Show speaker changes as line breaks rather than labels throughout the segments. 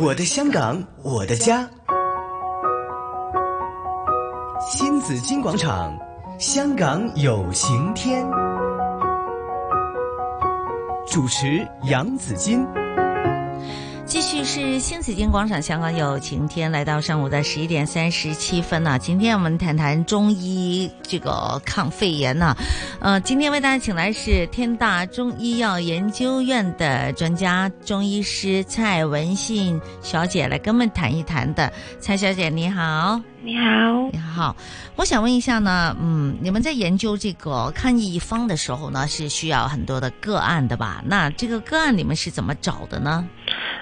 我的香港，我的家。新紫金广场，香港有晴天。主持杨紫金。
继续是新紫金广场，香港有晴天，来到上午的十一点三十七分呢、今天我们谈谈中医这个抗肺炎呢、呃，今天为大家请来是天大中医药研究院的专家中医师蔡文信小姐来跟我们谈一谈的。蔡小姐你好，
你好，
你好，我想问一下呢，嗯，你们在研究这个抗疫方的时候呢，是需要很多的个案的吧？那这个个案你们是怎么找的呢？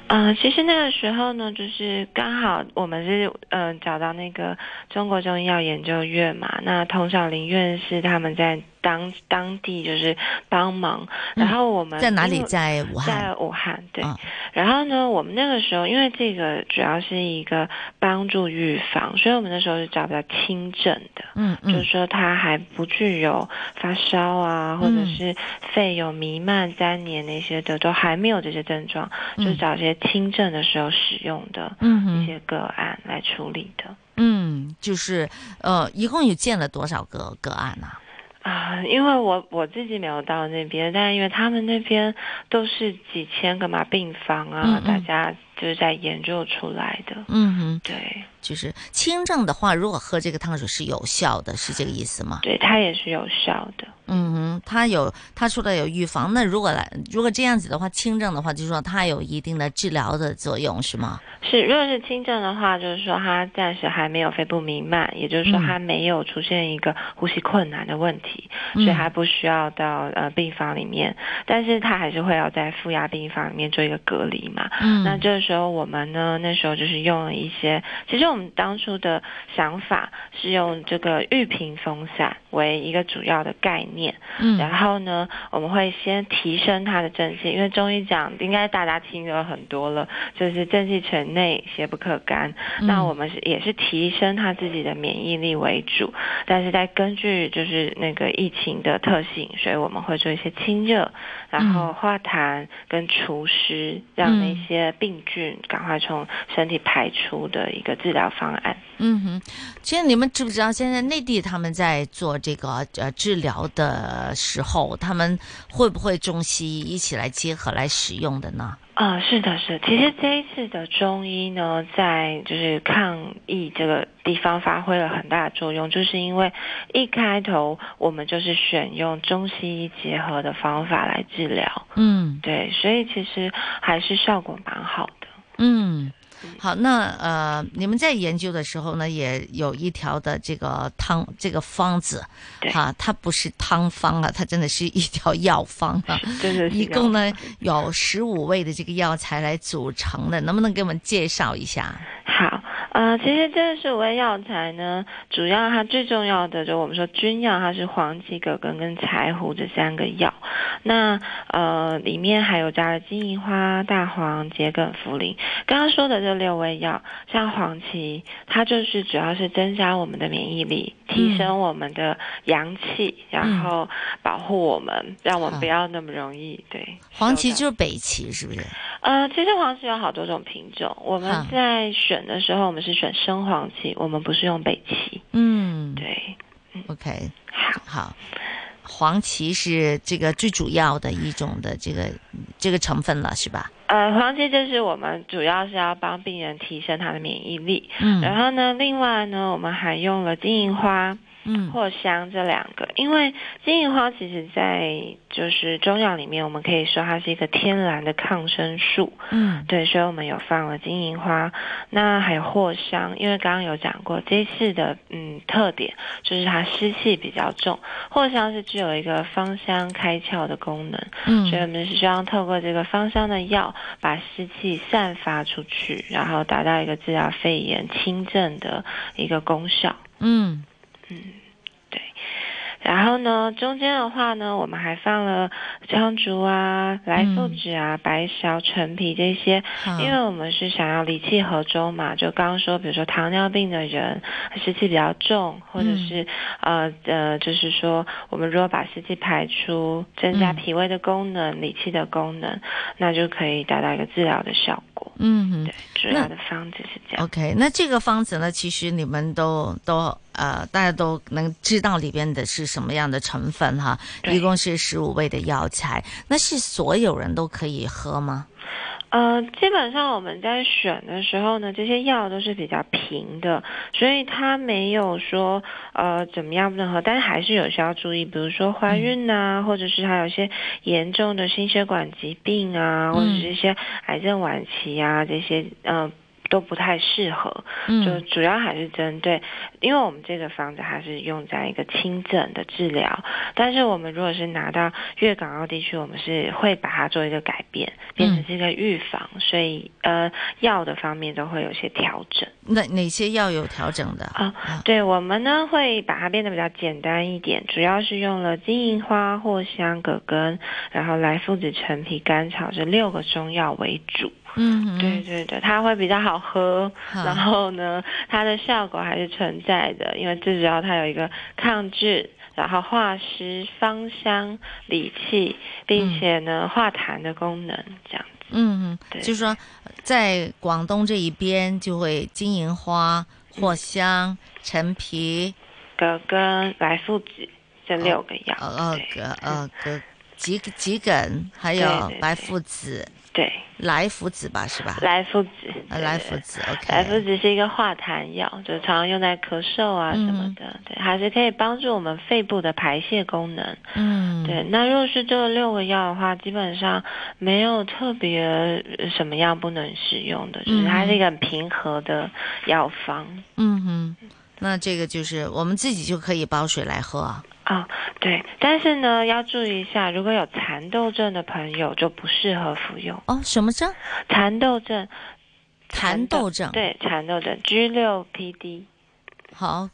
呃，其实那个时候呢，就是刚好我们是嗯、呃找到那个中国中医药研究院嘛，那童小林院士他们在当当地就是帮忙，
嗯
然后我们
在哪里？
啊因为
在武汉。
在武汉，对。
啊
然后呢，我们那个时候因为这个主要是一个帮助预防，所以我们那时候是找比较轻症的。
嗯
就是
嗯
说他还不具有发烧啊，或者
嗯
是肺有弥漫粘连那些的，都还没有这些症状，
嗯
就是找一些轻症的时候使用的
嗯
一
哼
些个案来处理的。
嗯，就是呃，一共有见了多少个个案呢、
啊，因为我我自己没有到那边，但因为他们那边都是几千个嘛病房啊，
嗯嗯
大家就是在研究出来的。
嗯哼，
对，
就是轻症的话，如果喝这个汤水是有效的，是这个意思吗？
对，它也是有效的。
嗯哼，它有，它除了有预防，那如果来，如果这样子的话，轻症的话，就是说它有一定的治疗的作用，是吗？
是，如果是轻症的话，就是说他暂时还没有肺部弥漫，也就是说
嗯
他没有出现一个呼吸困难的问题，
嗯
所以还不需要到呃病房里面，但是他还是会要在负压病房里面做一个隔离嘛。
嗯，
那这时候我们呢，那时候就是用了一些，其实我们当初的想法是用这个玉屏风散为一个主要的概念，
嗯
然后呢，我们会先提升它的正气，因为中医讲应该大家听了很多了，就是正气沉内，邪不可干。
嗯
那我们是也是提升他自己的免疫力为主，但是在根据就是那个疫情的特性，所以我们会做一些清热，然后化痰跟除湿，让那
嗯
些病菌赶快从身体排出的一个治疗方案。
嗯哼，其实你们知不知道，现在内地他们在做这个呃治疗的时候，他们会不会中西医一起来结合来使用的呢？
啊、是的，是的。其实这一次的中医呢，在就是抗疫这个地方发挥了很大的作用，就是因为一开头我们就是选用中西医结合的方法来治疗，
嗯
对，所以其实还是效果蛮好的。
嗯，好，那呃，你们在研究的时候呢，也有一条的这个汤这个方子
对，
啊，它不是汤方啊，它真的是一条药方啊。
真 的是
一共
呢，
呢有十五味的这个药材来组成的，能不能给我们介绍一下？
好，呃，其实这十五味药材呢，主要它最重要的就我们说君药，它是黄芪、葛根跟柴胡这三个药。那呃，里面还有加了金银花、大黄、桔梗、茯苓。刚刚说的这六味药，像黄芪，它就是主要是增加我们的免疫力，提
嗯
升我们的阳气，然后保护我们，让我们
好
不要那么容易对。
黄
受
芪
到
就是北芪，是不是？
呃，其实黄芪有好多种品种。我
哈
们在选的时候，我们是选生黄芪，我们不是用北芪。
嗯，
对，
OK，
好，
好，黄芪是这个最主要的一种的这个这个成分了，是吧？
呃，黄芪就是我们主要是要帮病人提升他的免疫力。然
嗯
后呢，另外呢，我们还用了金银花、
嗯
藿香这两个，因为金银花其实在就是中药里面，我们可以说它是一个天然的抗生素。
嗯
对，所以我们有放了金银花，那还有藿香，因为刚刚有讲过，这一次的嗯特点就是它湿气比较重，藿香是具有一个芳香开窍的功能，所以我
嗯
们是希望透过这个芳香的药，把湿气散发出去，然后达到一个治疗肺炎轻症的一个功效。
嗯，
对，然后呢，中间的话呢，我们还放了香烛啊、来福纸啊、白芍、陈皮这些，
嗯好
因为我们是想要理气和中嘛。就刚刚说，比如说糖尿病的人，湿气比较重，或者是、
嗯
呃呃，就是说，我们如果把湿气排出，增加
嗯
脾胃的功能、理气的功能，那就可以达到一个治疗的效果。
嗯哼
对，主要的方子是这样。
，OK，那这个方子呢，其实你们都都呃，大家都能知道里边的是什么样的成分哈，
对
一共是十五味的药材，那是所有人都可以喝吗？
呃，基本上我们在选的时候呢，这些药都是比较平的，所以它没有说呃怎么样不能喝，但是还是有需要注意，比如说怀孕呐、或者是还有一些严重的心血管疾病啊，或者是一些癌症晚期啊这些，呃。都不太适合，就
嗯
主要还是针对，因为我们这个方子还是用在一个轻症的治疗，但是我们如果是拿到粤港澳地区，我们是会把它做一个改变，变成是一个预防，所以呃药的方面都会有些调整
那哪些药有调整的？
啊。
啊
对我们呢会把它变得比较简单一点，主要是用了金银花、藿香、葛根，然后来附子、陈皮、甘草这六个中药为主。
嗯哼，
对对对，它会比较好喝。
好，
然后呢，它的效果还是存在的，因为最主要它有一个抗菌，然后化湿、芳香、理气，并且呢化痰的功能，这样子。
嗯哼，
对
就是说在广东这一边就会金银花、藿香、陈皮，
葛根、来复子这六个药，
呃呃
对
葛呃葛桔桔梗，还有
对对
白
对
附子、
对，
来福子吧，是吧？
来复子，
呃
对
来
对
福子，OK，
来福子是一个化痰药，就常常用在咳嗽啊
嗯
什么的，对，还是可以帮助我们肺部的排泄功能。
嗯，
对，那若是这六个药的话，基本上没有特别呃什么药不能使用的，就是它是一个很平和的药方。
嗯哼，那这个就是我们自己就可以煲水来喝啊。
啊、对，但是呢，要注意一下，如果有蚕豆症的朋友就不适合服用
哦，什么症？
蚕豆症。
蚕豆症，，
对，蚕豆症 G 六 PD，
好，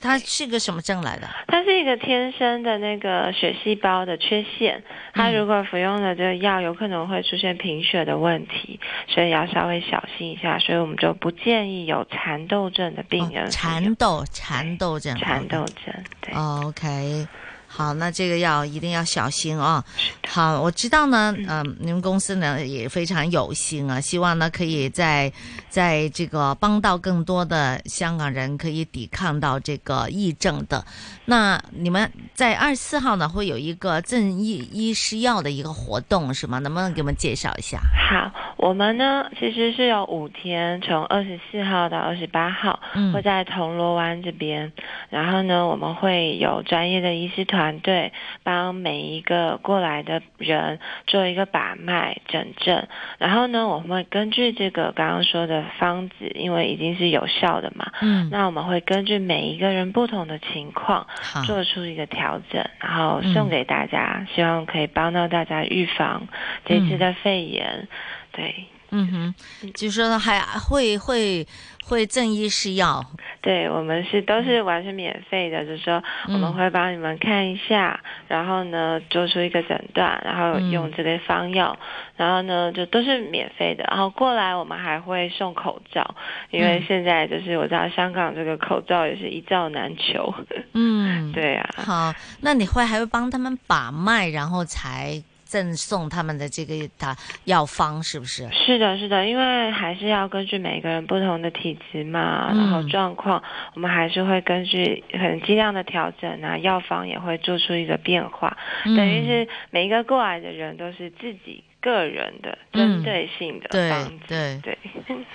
它是个什么症来的？哦
它是一个天生的那个血细胞的缺陷，它
嗯
如果服用了这个药，有可能会出现贫血的问题，所以要稍微小心一下。所以我们就不建议有蚕豆症的病人
哦
服
蚕
用
豆，蚕豆症，
蚕豆症，对，
哦 OK，好，那这个要一定要小心啊、好，我知道呢，嗯、你们公司呢也非常有心啊，希望呢可以在在这个帮到更多的香港人，可以抵抗到这个疫症的。那你们在二十四号呢会有一个赠疫医师药的一个活动是吗？能不能给我们介绍一下？
好，我们呢其实是有五天，从二十四号到二十八号，
嗯
会在铜锣湾这边，然后呢，我们会有专业的医师团队帮每一个过来的人做一个把脉诊症，然后呢，我们会根据这个刚刚说的方子，因为已经是有效的嘛，
嗯，
那我们会根据每一个人不同的情况
好，
做出一个调整，然后
嗯
送给大家，希望可以帮到大家预防这次的肺炎，对。
嗯哼，就说还会会会赠医师药，
对，我们是都
嗯
是完全免费的，就是说我们会帮你们看一下，然后呢做出一个诊断，然后
嗯
用这个方药，然后呢就都是免费的。然后过来我们还会送口罩，因为
嗯
现在就是我知道香港这个口罩也是一罩难求，
嗯，。
对啊。
好，那你会还会帮他们把脉，然后才赠送他们的这个打药方，是不是？
是的，是的，因为还是要根据每个人不同的体质嘛，
嗯
然后状况，我们还是会根据很剂量的调整啊，药方也会做出一个变化，
嗯
等于是每一个过来的人都是自己个人的
嗯
针对性的
对
方子，
嗯对，
对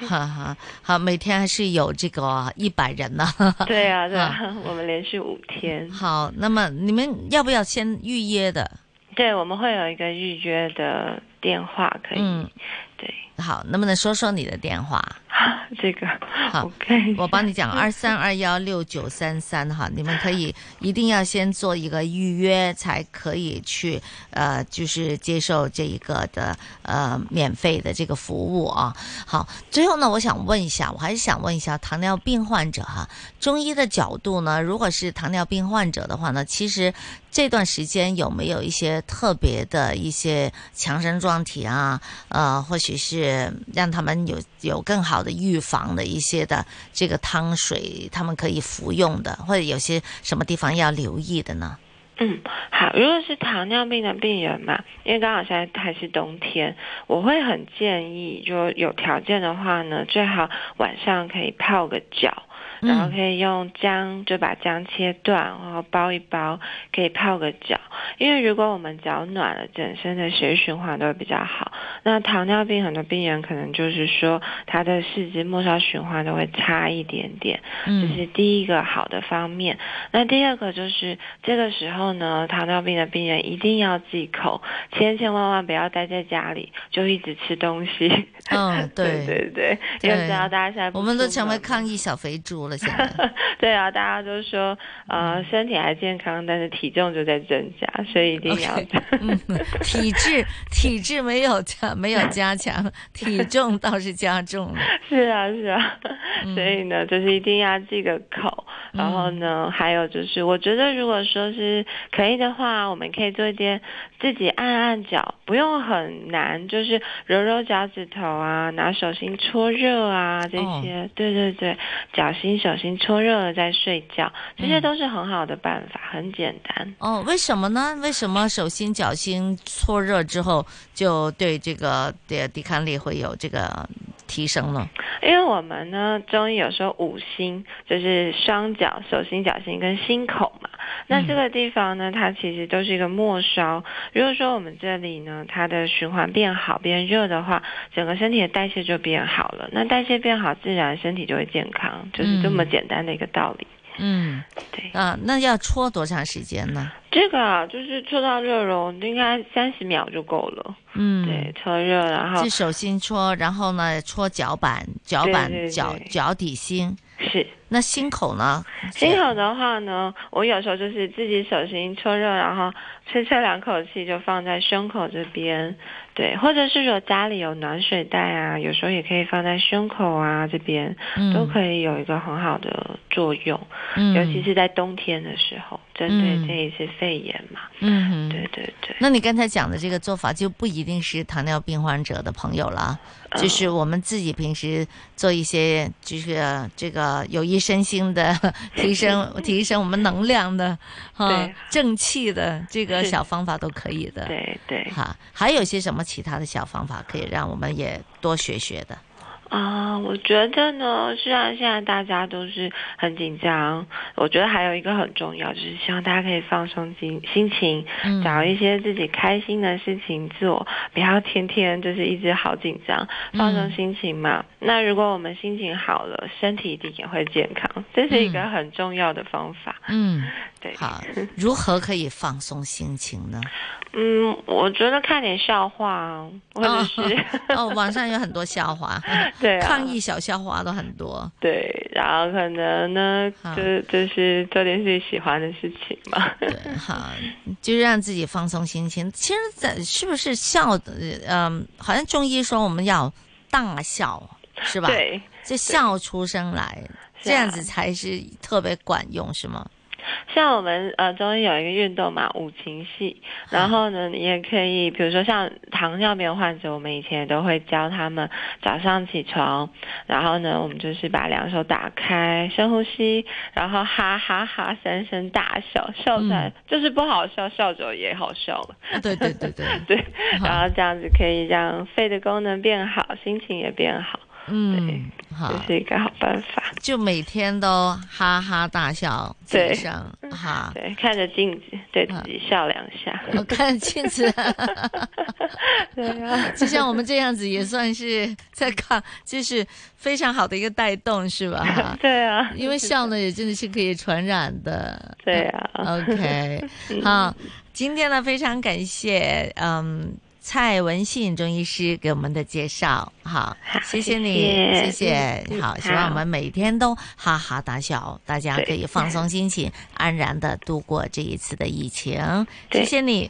哈哈，好，每天还是有这个一百人 呢、
对啊，对啊， 我们连续五天，
好，那么你们要不要先预约的？
对，我们会有一个预约的电话可以，
嗯，
对。
好，能不能说说你的电话？
这个
好
OK，
我帮你讲二三二幺六九三三哈，你们可以一定要先做一个预约，才可以去呃，就是接受这一个的呃免费的这个服务啊。好，最后呢，我想问一下，我还是想问一下糖尿病患者哈，中医的角度呢，如果是糖尿病患者的话呢，其实这段时间有没有一些特别的一些强身壮体啊，呃，或许是让他们有有更好的预防的一些的这个汤水，他们可以服用的，或者有些什么地方要留意的呢？
嗯，好，如果是糖尿病的病人嘛，因为刚好现在还是冬天，我会很建议，就有条件的话呢，最好晚上可以泡个脚。然后
嗯
可以用姜，就把姜切断，然后包一包，可以泡个脚。因为如果我们脚暖了，整身的血液循环都会比较好。那糖尿病很多病人可能就是说，他的四肢末梢循环都会差一点点，这
嗯
是第一个好的方面。那第二个就是这个时候呢，糖尿病的病人一定要忌口，千千万万不要待在家里就一直吃东西。
嗯，
对
对，
对对，因为知道大家现在不
我们都成为
出门
抗疫小肥猪了，现在
对啊，大家都说
嗯
呃身体还健康，但是体重就在增加，所以一定要
OK 嗯，体质体质没有加没有加强，体重倒是加重了。
是啊是啊，
嗯
所以呢就是一定要忌个口，然后呢还有就是我觉得如果说是可以的话，我们可以做一点自己按按脚，不用很难，就是揉揉脚趾头啊，拿手心搓热啊这
哦
些，对对对，脚心手心搓热了再睡觉，这些
嗯
都是很好的办法，很简单。
哦，为什么呢？为什么手心脚心搓热之后，就对这个的抵抗力会有这个提升呢？
因为我们呢，中医有说五心，就是双脚、手心、脚心跟心口嘛。那这个地方呢，它其实都是一个末梢。如果说我们这里呢，它的循环变好、变热的话，整个身体的代谢就变好了。那代谢变好，自然身体就会健康，就是这么
嗯
简单的一个道理。
嗯，
对，
啊，那要搓多长时间呢？
这个啊，就是搓到热融，应该三十秒就够了。
嗯，
对，搓热，然后
就手心搓，然后呢搓脚板、脚
对
板、
对
脚
对
脚底心。
是。
那心口呢？
心口的话呢，我有时候就是自己手心搓热，然后吹吹两口气，就放在胸口这边，对，或者是说家里有暖水袋啊，有时候也可以放在胸口啊这边，都
以，
可以有一个很好的作用，
嗯
尤其是在冬天的时候，针
嗯
对这一些肺炎嘛，
嗯哼
对对对，
那你刚才讲的这个做法就不一定是糖尿病患者的朋友了，
呃
就是我们自己平时做一些，就是这个有益身心 的提升，提升我们能量的，哈
对，
正气的这个
是
小方法都可以的。
对对。
哈，还有些什么其他的小方法可以让我们也多学学的？
啊、我觉得呢，虽然现在大家都是很紧张，我觉得还有一个很重要，就是希望大家可以放松心心情，
嗯
找一些自己开心的事情做，不要天天就是一直好紧张，放松
嗯
心情嘛。那如果我们心情好了，身体一定也会健康，这是一个很重要的方法。
嗯，
对，
好，如何可以放松心情 呢？
嗯，我觉得看点笑话啊，或者是、
哦，网上有很多笑话，
对、啊、
抗议小笑话都很多。
对，然后可能呢
好，
就就是做点自己喜欢的事情嘛。
对，好，就让自己放松心情。其实在，是不是笑？嗯、呃，好像中医说我们要大笑，是吧？，
对，
就笑出声来，
是
这样
啊
子才是特别管用，是吗？
像我们呃中医有一个运动嘛，五禽戏。然后呢，你也可以，比如说像糖尿病患者，我们以前也都会教他们早上起床，然后呢，我们就是把两手打开，深呼吸，然后哈哈哈三声大笑，笑出来、就是不好笑，笑着也好笑嘛。
啊对对对对，
对，
好
然后这样子可以让肺的功能变好，心情也变好。
嗯，
这
好，
是一个好办法。
就每天都哈哈大笑几
对
声，哈。
对，看着镜子，对自
嗯
己笑两下。
我看镜子，
对啊，
就像我们这样子，也算是在抗，就是非常好的一个带动，是吧？ 哈
对啊，
因为笑呢，也真的是可以传染的。
对啊，
OK，好，今天呢非常感谢，嗯，蔡文信中医师给我们的介绍。好，
好
谢
谢
你，谢
谢
谢。
嗯
好，
嗯
希望我
好
们每天都哈哈大笑，大家
对
可以放松心情，安然的度过这一次的疫情。谢
对
谢你，